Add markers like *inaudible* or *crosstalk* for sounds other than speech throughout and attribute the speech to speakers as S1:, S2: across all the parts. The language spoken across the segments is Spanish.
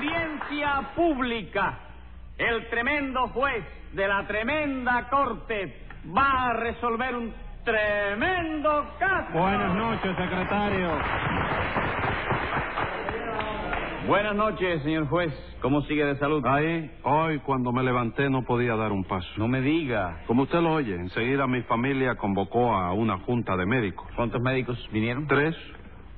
S1: gracia pública. El tremendo juez de la tremenda corte va a resolver un tremendo caso.
S2: Buenas noches, secretario.
S1: Buenas noches, señor juez. ¿Cómo sigue de salud?
S2: Ahí, hoy cuando me levanté no podía dar un paso.
S1: No me diga.
S2: Como usted lo oye, enseguida mi familia convocó a una junta de médicos.
S1: ¿Cuántos médicos vinieron?
S2: Tres.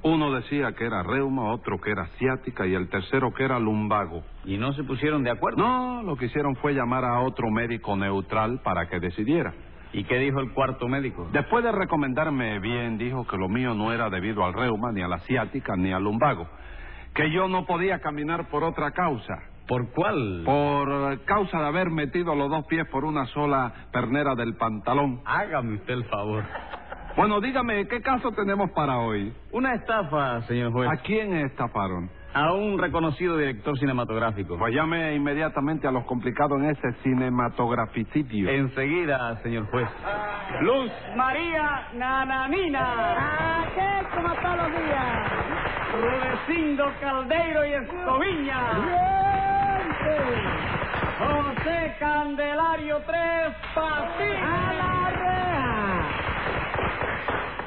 S2: Uno decía que era reuma, otro que era asiática y el tercero que era lumbago.
S1: ¿Y no se pusieron de acuerdo?
S2: No, lo que hicieron fue llamar a otro médico neutral para que decidiera.
S1: ¿Y qué dijo el cuarto médico?
S2: Después de recomendarme bien, dijo que lo mío no era debido al reuma, ni a la asiática, ni al lumbago. Que yo no podía caminar por otra causa.
S1: ¿Por cuál?
S2: Por eh, causa de haber metido los dos pies por una sola pernera del pantalón.
S1: Hágame usted el favor.
S2: Bueno, dígame, ¿qué caso tenemos para hoy?
S1: Una estafa, señor juez.
S2: ¿A quién estafaron?
S1: A un reconocido director cinematográfico.
S2: Pues llame inmediatamente a los complicados en ese cinematograficidio.
S1: Enseguida, señor juez. Luz María Nananina.
S3: Aquí como todos los días.
S1: Rudecindo Caldeiro y Escoviña.
S3: ¡Siempre!
S1: José Candelario Tres
S3: ¡A
S1: Patines.
S3: la reja!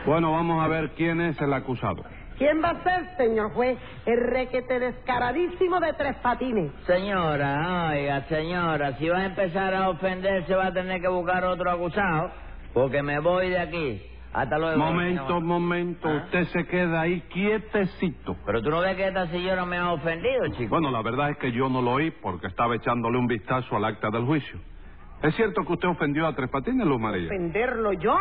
S2: Bueno, vamos a ver quién es el acusado.
S3: ¿Quién va a ser, señor juez, el requete descaradísimo de tres patines?
S4: Señora, oiga, señora, si va a empezar a ofenderse va a tener que buscar otro acusado, porque me voy de aquí. Hasta luego.
S2: Momento,
S4: señor.
S2: momento,
S4: Ah.
S2: usted se queda ahí quietecito.
S4: Pero tú no ves que esta señora me ha ofendido, chico.
S2: Bueno, la verdad es que yo no lo oí porque estaba echándole un vistazo al acta del juicio. ¿Es cierto que usted ofendió a Tres Patines, Luz María?
S3: ¿Ofenderlo yo?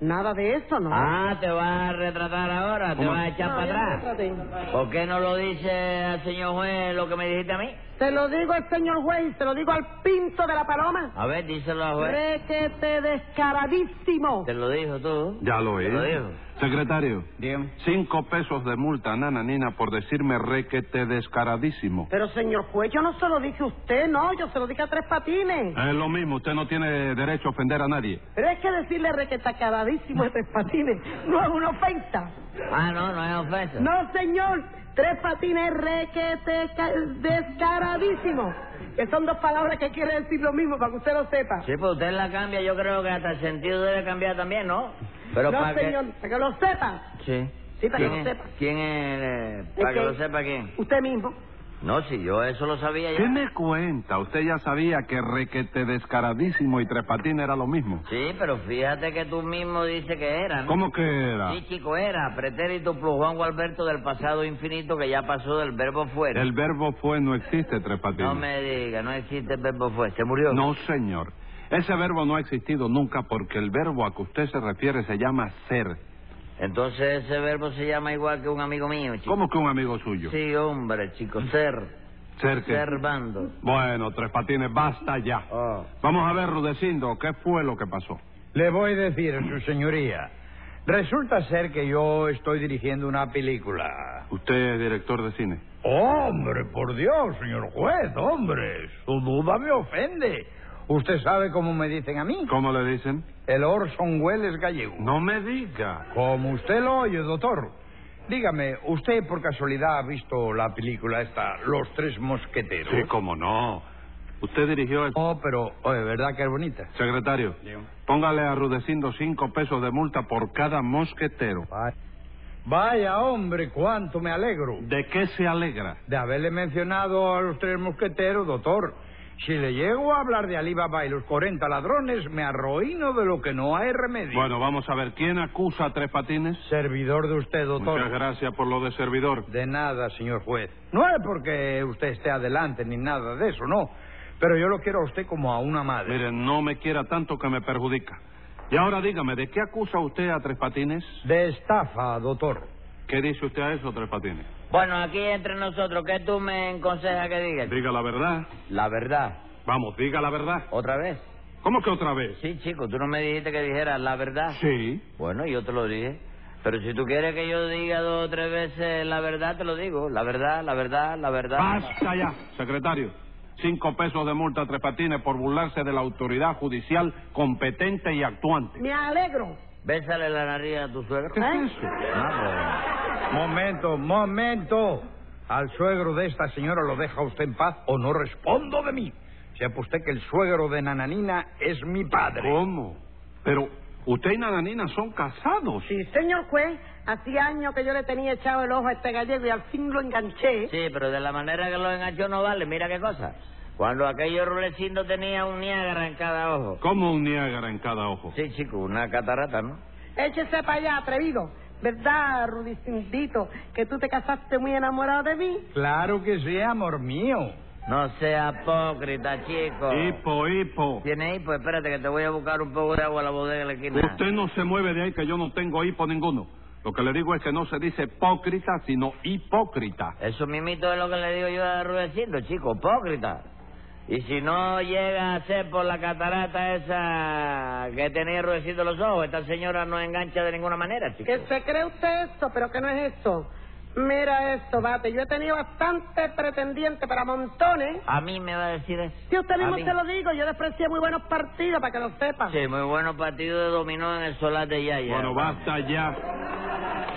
S3: Nada de eso, ¿no?
S4: Ah, te vas a retratar ahora, te
S2: ¿Cómo?
S4: vas a echar
S3: No, yo
S4: para
S3: no
S4: atrás.
S3: traté.
S4: ¿Por qué no lo dice al señor juez lo que me dijiste a mí?
S3: Se lo digo al señor juez y se lo digo al pinto de la paloma.
S4: A ver, díselo al juez.
S3: Requete descaradísimo.
S4: Te lo dijo tú.
S2: Ya lo
S4: Te
S2: oí.
S4: lo dijo.
S2: Secretario,
S1: Dígame.
S2: cinco pesos de multa, nana, nina, por decirme requete descaradísimo.
S3: Pero señor juez, yo no se lo dije a usted, no, yo se lo dije a tres patines.
S4: Ah.
S2: Es lo mismo, usted no tiene derecho a ofender a nadie.
S3: Pero es que decirle requetacaradísimo a tres patines no es una ofensa.
S4: Ah, no, no es ofensa.
S3: No, señor. Tres patines requete ca- descaradísimo. Que son dos palabras que quiere decir lo mismo para que usted lo sepa.
S4: Sí, pues usted la cambia, yo creo que hasta el sentido debe cambiar también, ¿no? Pero
S3: no,
S4: para
S3: señor, para que lo sepa.
S4: que... Sí.
S3: Sí, para que
S4: ¿Quién
S3: lo
S4: es?
S3: sepa.
S4: ¿Quién es? eh,
S3: Es
S4: para que
S3: que-
S4: lo sepa quién.
S3: Usted mismo.
S4: No, si yo eso lo sabía yo.
S2: ¿Qué me cuenta? Usted ya sabía que requete descaradísimo y Tres Patines era lo mismo.
S4: Sí, pero fíjate que tú mismo dices que era, ¿no?
S2: ¿Cómo que
S3: Ah.
S2: era?
S4: Sí, chico, era pretérito Juan Alberto del pasado infinito que ya pasó del verbo fuera.
S2: El verbo fue no existe, Tres Patines.
S4: No me diga, no existe el verbo fuera. ¿Se murió?
S2: No, señor. Ese verbo no ha existido nunca porque el verbo a que usted se refiere se llama ser.
S4: Entonces ese verbo se llama igual que un amigo mío, chico.
S2: ¿Cómo que un amigo suyo?
S4: Sí, hombre, chico, ser.
S2: Ser que...
S4: Servando.
S2: Bueno, Tres Patines, basta ya.
S4: Oh.
S2: Vamos a ver, Rudecindo, ¿qué fue lo que pasó?
S5: Le voy a decir, su señoría. Resulta ser que yo estoy dirigiendo una película.
S2: Usted es director de cine.
S5: Hombre, por Dios, señor juez, hombre, su duda me ofende. Usted sabe cómo me dicen a mí.
S2: ¿Cómo le dicen?
S5: El Orson Welles gallego.
S2: No me diga.
S5: Como usted lo oye, doctor. Dígame, ¿usted por casualidad ha visto la película esta, Los Tres Mosqueteros?
S2: Sí, cómo no. Usted dirigió el...
S5: Oh, pero, oye, ¿verdad que es bonita?
S2: Secretario, póngale a Rudecindo cinco pesos de multa por cada mosquetero.
S5: Vaya. Vaya, hombre, cuánto me alegro.
S2: ¿De qué se alegra?
S5: de haberle mencionado a los tres mosqueteros, doctor. Si le llego a hablar de Alibaba y los 40 ladrones, me arruino de lo que no hay remedio.
S2: Bueno, vamos a ver, ¿quién acusa a Tres Patines?
S5: Servidor de usted, doctor.
S2: Muchas gracias por lo de servidor.
S5: De nada, señor juez. No es porque usted esté adelante ni nada de eso, no. Pero yo lo quiero a usted como a una madre.
S2: Mire, no me quiera tanto que me perjudica. Y ahora dígame, ¿de qué acusa usted a Tres Patines?
S5: De estafa, doctor.
S2: ¿Qué dice usted a eso, Tres Patines?
S4: Bueno, aquí entre nosotros, ¿qué tú me aconsejas que diga?
S2: Diga la verdad.
S4: La verdad.
S2: Vamos, diga la verdad.
S4: ¿Otra vez?
S2: ¿Cómo que otra vez?
S4: Sí, chico, tú no me dijiste que dijera la
S2: Ah.
S4: verdad.
S2: Sí.
S4: Bueno, yo te lo dije. Pero si tú quieres que yo diga dos o tres veces la verdad, te lo digo. La verdad, la verdad, la verdad.
S2: Basta ya, secretario. Cinco pesos de multa a Tres Patines por burlarse de la autoridad judicial competente y actuante.
S3: Me alegro.
S4: Bésale la nariz a tu suegro.
S2: ¿Qué es eso?
S4: Ah,
S5: Momento, momento. Al suegro de esta señora lo deja usted en paz o no respondo de mí. Sepa usted que el suegro de Nananina es mi padre.
S2: ¿Cómo? Pero usted y Nananina son casados.
S3: Sí, señor juez, hacía años que yo le tenía echado el ojo a este gallego y al fin lo enganché.
S4: Sí, pero de la manera que lo enganchó no vale, mira qué cosa. Cuando aquello rulecindo tenía un Niágara en cada ojo.
S2: Como un Niágara en cada ojo.
S4: Sí, chico, una catarata, ¿no?
S3: Échese para allá, atrevido. ¿Verdad, Rudicindito, que tú te casaste muy enamorado de mí?
S5: Claro que sí, amor mío.
S4: No sea apócrita, chico.
S2: Hipo, hipo.
S4: ¿Tiene hipo? Espérate que te voy a buscar un poco de agua a la bodega de la esquina.
S2: Usted no se mueve de ahí que yo no tengo hipo ninguno. Lo que le digo es que no se dice hipócrita, sino hipócrita.
S4: Eso mimito es lo que le digo yo a Rudecindo, chico, hipócrita. Y si no llega a ser por la catarata esa que tenía Rudecindo en los ojos, esta señora no engancha de ninguna manera, chico.
S3: Que se cree usted eso, pero que no es eso. Mira esto, bate. Yo he tenido bastante pretendiente para montones.
S4: A mí me va a decir eso.
S3: Si usted mismo
S4: A mí.
S3: se lo digo, yo desprecié muy buenos partidos para que lo sepa.
S4: Sí, muy buenos partidos de dominó en el solar de Yaya.
S2: Bueno, basta ya.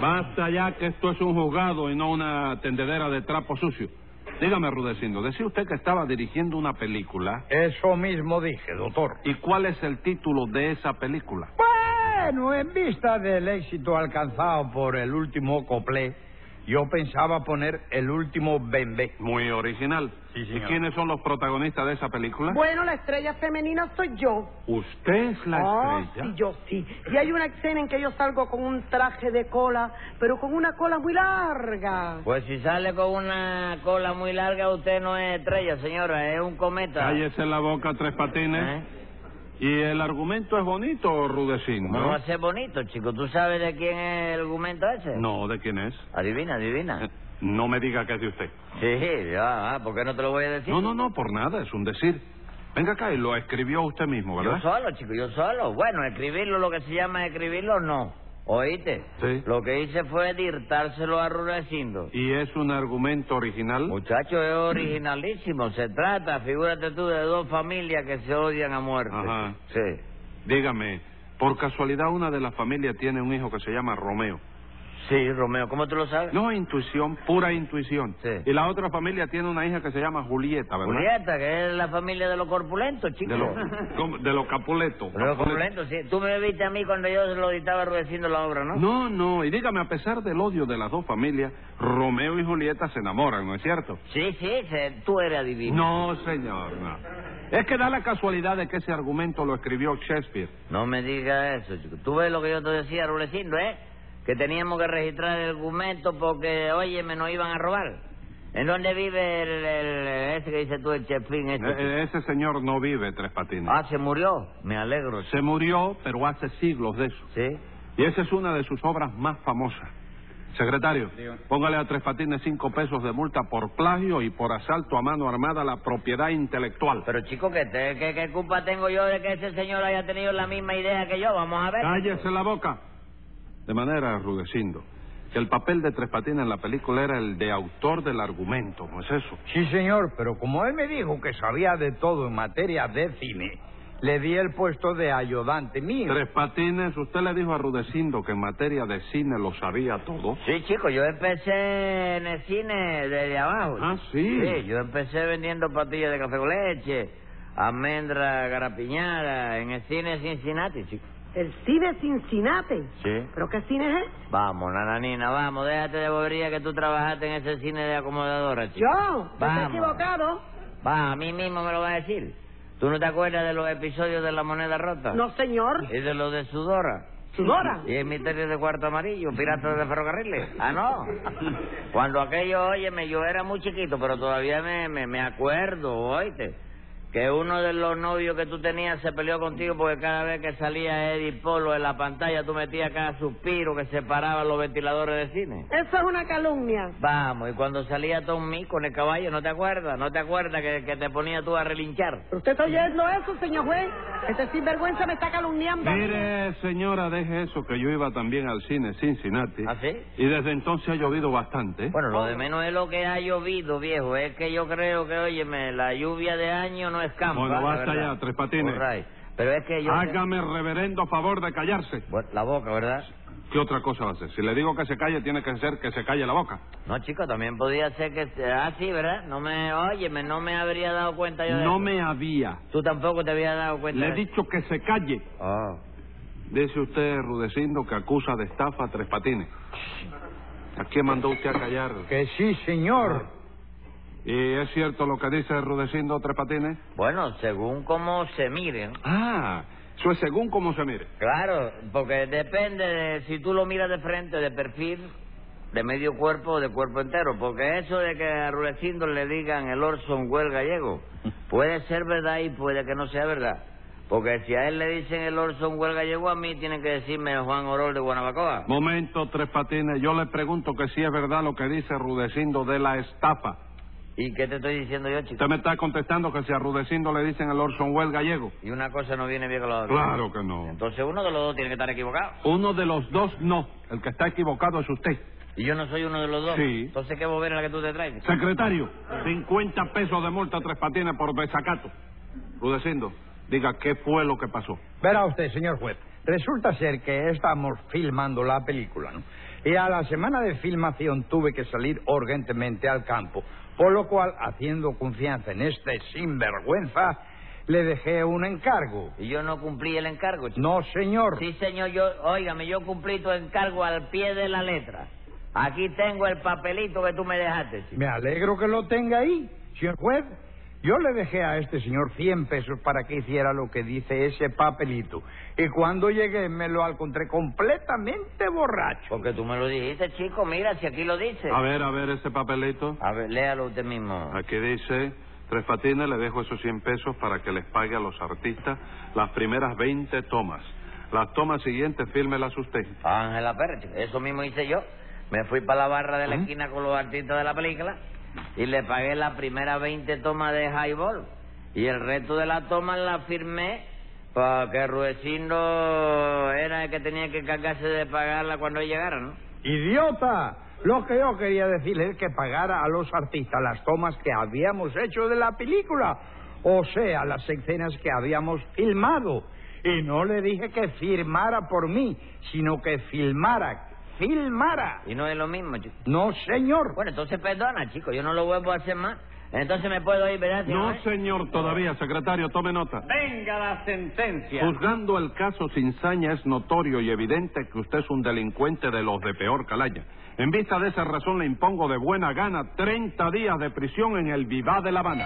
S2: Basta ya que esto es un juzgado y no una tendedera de trapo sucio. Dígame, Rudecindo, decía usted que estaba dirigiendo una película.
S5: Eso mismo dije, doctor.
S2: ¿Y cuál es el título de esa película?
S5: Bueno, en vista del éxito alcanzado por el último coplé, yo pensaba poner el último bembé.
S2: Muy original.
S5: Sí,
S2: ¿Y
S5: señor.
S2: quiénes son los protagonistas de esa película?
S3: Bueno, la estrella femenina soy yo.
S2: Usted es la
S3: Ah,
S2: estrella.
S3: sí, yo sí. Y hay una escena en que yo salgo con un traje de cola, pero con una cola muy larga.
S4: Pues si sale con una cola muy larga, usted no es estrella, señora, es un cometa.
S2: Cállese la boca, Tres Patines.
S4: ¿Eh?
S2: ¿Y el argumento es bonito, Rudecindo?
S4: No va a ser bonito, chico. ¿Tú sabes de quién es Ah. el argumento ese?
S2: No, ¿de quién es?
S4: Adivina, adivina.
S2: Eh, No me diga que es de usted.
S4: Sí, ya, ah, ¿por qué no te lo voy a decir?
S2: No, no, no, por nada, es un decir. Venga acá, y lo escribió usted mismo,
S4: Yo
S2: ¿verdad?
S4: solo, chico, yo solo. Bueno, escribirlo, lo que se llama escribirlo, no. ¿Oíste?
S2: Sí.
S4: Lo que hice fue dirtárselo a Rudecindo.
S2: ¿Y es un argumento original?
S4: Muchacho, es originalísimo. Se trata, figúrate tú, de dos familias que se odian a muerte.
S2: Ajá.
S4: Sí.
S2: Dígame, por casualidad una de las familias tiene un hijo que se llama Romeo.
S4: Sí, Romeo, ¿cómo tú lo sabes?
S2: No, intuición, pura intuición.
S4: Sí.
S2: Y la otra familia tiene una hija que se llama Julieta, ¿verdad?
S4: Julieta, que es la familia de los corpulentos, chico.
S2: pues De
S4: *laughs*
S2: los ¿cómo? de los Capuleto.
S4: De los corpulentos, sí. Tú me viste a mí cuando yo lo editaba Rudecindo la obra, ¿no?
S2: No, no, y dígame, a pesar del odio de las dos familias, Romeo y Julieta se enamoran, ¿no es cierto?
S4: Sí, sí, se- tú eres adivino.
S2: No, señor, no. Es que da la casualidad de que ese argumento lo escribió Shakespeare.
S4: No me digas eso, chico. Tú ves lo que yo te decía, Rulecindo, ¿eh? Que teníamos que registrar el documento porque, oye, me nos iban a robar. ¿En dónde vive el, el- ese que dice tú, el chefín ese?
S2: E- e- ese señor no vive, Tres Patines.
S4: Ah, se murió. Me alegro.
S2: Se murió, pero hace siglos de eso.
S4: ¿Sí?
S2: Y esa es una de sus obras más famosas. Secretario, póngale a Tres Patines cinco pesos de multa por plagio y por asalto a mano armada a la propiedad intelectual.
S4: Pero, chico, ¿qué, te- qué, qué culpa tengo yo de que ese señor haya tenido la misma idea que yo? Vamos a ver.
S2: ¡Cállese la boca! De manera, Rudecindo, que el papel de Tres Patines en la película era el de autor del argumento, ¿no es eso?
S5: Sí, señor, pero como él me dijo que sabía de todo en materia de cine, le di el puesto de ayudante mío.
S2: Tres Patines, usted le dijo a Rudecindo que en materia de cine lo sabía todo.
S4: Sí, chico, yo empecé en el cine desde abajo.
S2: Ah, sí.
S4: Sí, yo empecé vendiendo pastillas de café con leche, almendra garapiñada, en el cine Cincinnati, chico.
S3: El cine Cincinnati.
S4: Sí.
S3: ¿Pero qué cine es?
S4: Vamos, nananina, vamos, déjate de bobería que tú trabajaste en ese cine de acomodadora, chico.
S3: Yo, me he
S4: Vamos.
S3: equivocado.
S4: Va, a mí mismo me lo vas a decir. ¿Tú no te acuerdas de los episodios de La Moneda Rota?
S3: No, señor.
S4: ¿Y de los de Sudora?
S3: Sudora.
S4: ¿Y el misterio de Cuarto Amarillo? ¿Piratas de ferrocarriles? Ah,
S3: *laughs*
S4: no. Cuando aquello, óyeme, yo era muy chiquito, pero todavía me, me, me acuerdo, oíste, que uno de los novios que tú tenías se peleó contigo porque cada vez que salía Eddie Polo en la pantalla tú metías cada suspiro que separaba los ventiladores de cine.
S3: Eso es una calumnia.
S4: Vamos, y cuando salía Tom Mee con el caballo, ¿no te acuerdas? ¿No te acuerdas que, que te ponía tú a relinchar?
S3: ¿Pero ¿Usted está oyendo eso, señor juez? Este sinvergüenza me está calumniando.
S2: Mire, señora, deje eso, que yo iba también al cine Cincinnati.
S4: ¿Ah, sí?
S2: Y desde entonces ha llovido bastante. ¿eh?
S4: Bueno, lo de menos es lo que ha llovido, viejo. Es que yo creo que, óyeme, la lluvia de año no es campo.
S2: Bueno,
S4: ah, la
S2: basta
S4: verdad.
S2: ya, Tres Patines. Ah,
S4: All right. Pero es que yo...
S2: Hágame reverendo favor de callarse.
S4: Bueno, la boca, ¿verdad?
S2: ¿Qué otra cosa va a hacer? Si le digo que se calle, tiene que ser que se calle la boca.
S4: No, chico, también podía ser que... Ah, sí, ¿verdad? No me... Óyeme, no me habría dado cuenta yo de
S2: No
S4: eso.
S2: me había.
S4: Tú tampoco te habías dado cuenta
S2: Le he
S4: de
S2: dicho que se calle.
S4: Ah.
S2: Dice usted, Rudecindo, que acusa de estafa a Tres Patines. ¿A quién mandó usted a callar?
S5: Que sí, señor.
S2: ¿Y es cierto lo que dice Rudecindo Tres Patines?
S4: Bueno, según cómo se miren.
S2: Ah, eso es según cómo se mire.
S4: Claro, porque depende de si tú lo miras de frente, de perfil, de medio cuerpo o de cuerpo entero. Porque eso de que a Rudecindo le digan el Orson Welles
S2: *laughs*
S4: gallego, puede ser verdad y puede que no sea verdad. Porque si a él le dicen el Orson Welles gallego, a mí tienen que decirme Juan Orol de Guanabacoa.
S2: Momento, Tres Patines, yo le pregunto que si es verdad lo que dice Rudecindo de la estafa.
S4: ¿Y qué te estoy diciendo yo, chico?
S2: Usted me está contestando que si a Rudecindo le dicen el Orson Welles gallego.
S4: Y una cosa no viene bien con la otra.
S2: Claro que no.
S4: Entonces uno de los dos tiene que estar equivocado.
S2: Uno de los dos no. El que está equivocado es usted.
S4: Y yo no soy uno de los dos.
S2: Sí.
S4: Entonces, ¿qué bobera la que tú te traes?
S2: Secretario, 50 pesos de multa a Tres Patines por desacato. Rudecindo, diga qué fue lo que pasó.
S5: Verá usted, señor juez. Resulta ser que estamos filmando la película, ¿no? Y a la semana de filmación tuve que salir urgentemente al campo, por lo cual, haciendo confianza en este sinvergüenza, le dejé un encargo.
S4: Y yo no cumplí el encargo, chico.
S5: No, señor.
S4: Sí, señor, yo, óigame, yo cumplí tu encargo al pie de la letra. Aquí tengo el papelito que tú me dejaste, chico.
S5: Me alegro que lo tenga ahí, señor juez. Yo le dejé a este señor 100 pesos para que hiciera lo que dice ese papelito. Y cuando llegué me lo encontré completamente borracho.
S4: Porque tú me lo dijiste, chico, mira, si aquí lo dice.
S2: A ver, a ver ese papelito.
S4: A ver, léalo usted mismo.
S2: Aquí dice, Tres Patines, le dejo esos 100 pesos para que les pague a los artistas las primeras 20 tomas. Las tomas siguientes, fírmelas usted.
S4: Ángela Pérez, chico. eso mismo hice yo. Me fui para la barra de la esquina con los artistas de la película y le pagué la primera 20 tomas de highball. Y el resto de las tomas la firmé para que Ruecindo era el que tenía que encargarse de pagarla cuando llegara, ¿no?
S5: ¡Idiota! Lo que yo quería decirle es que pagara a los artistas las tomas que habíamos hecho de la película, o sea, las escenas que habíamos filmado. Y no le dije que firmara por mí, sino que filmara, filmara.
S4: Y no es lo mismo, chico.
S5: No, señor.
S4: Bueno, entonces perdona, chico, yo no lo vuelvo a hacer más. Entonces me puedo ir, ¿verdad? ¿eh? tío?
S2: No, señor, todavía. Secretario, tome nota.
S1: Venga la sentencia.
S2: Juzgando el caso sin saña, es notorio y evidente que usted es un delincuente de los de peor calaña. En vista de esa razón, le impongo de buena gana 30 días de prisión en el Vivá de La Habana.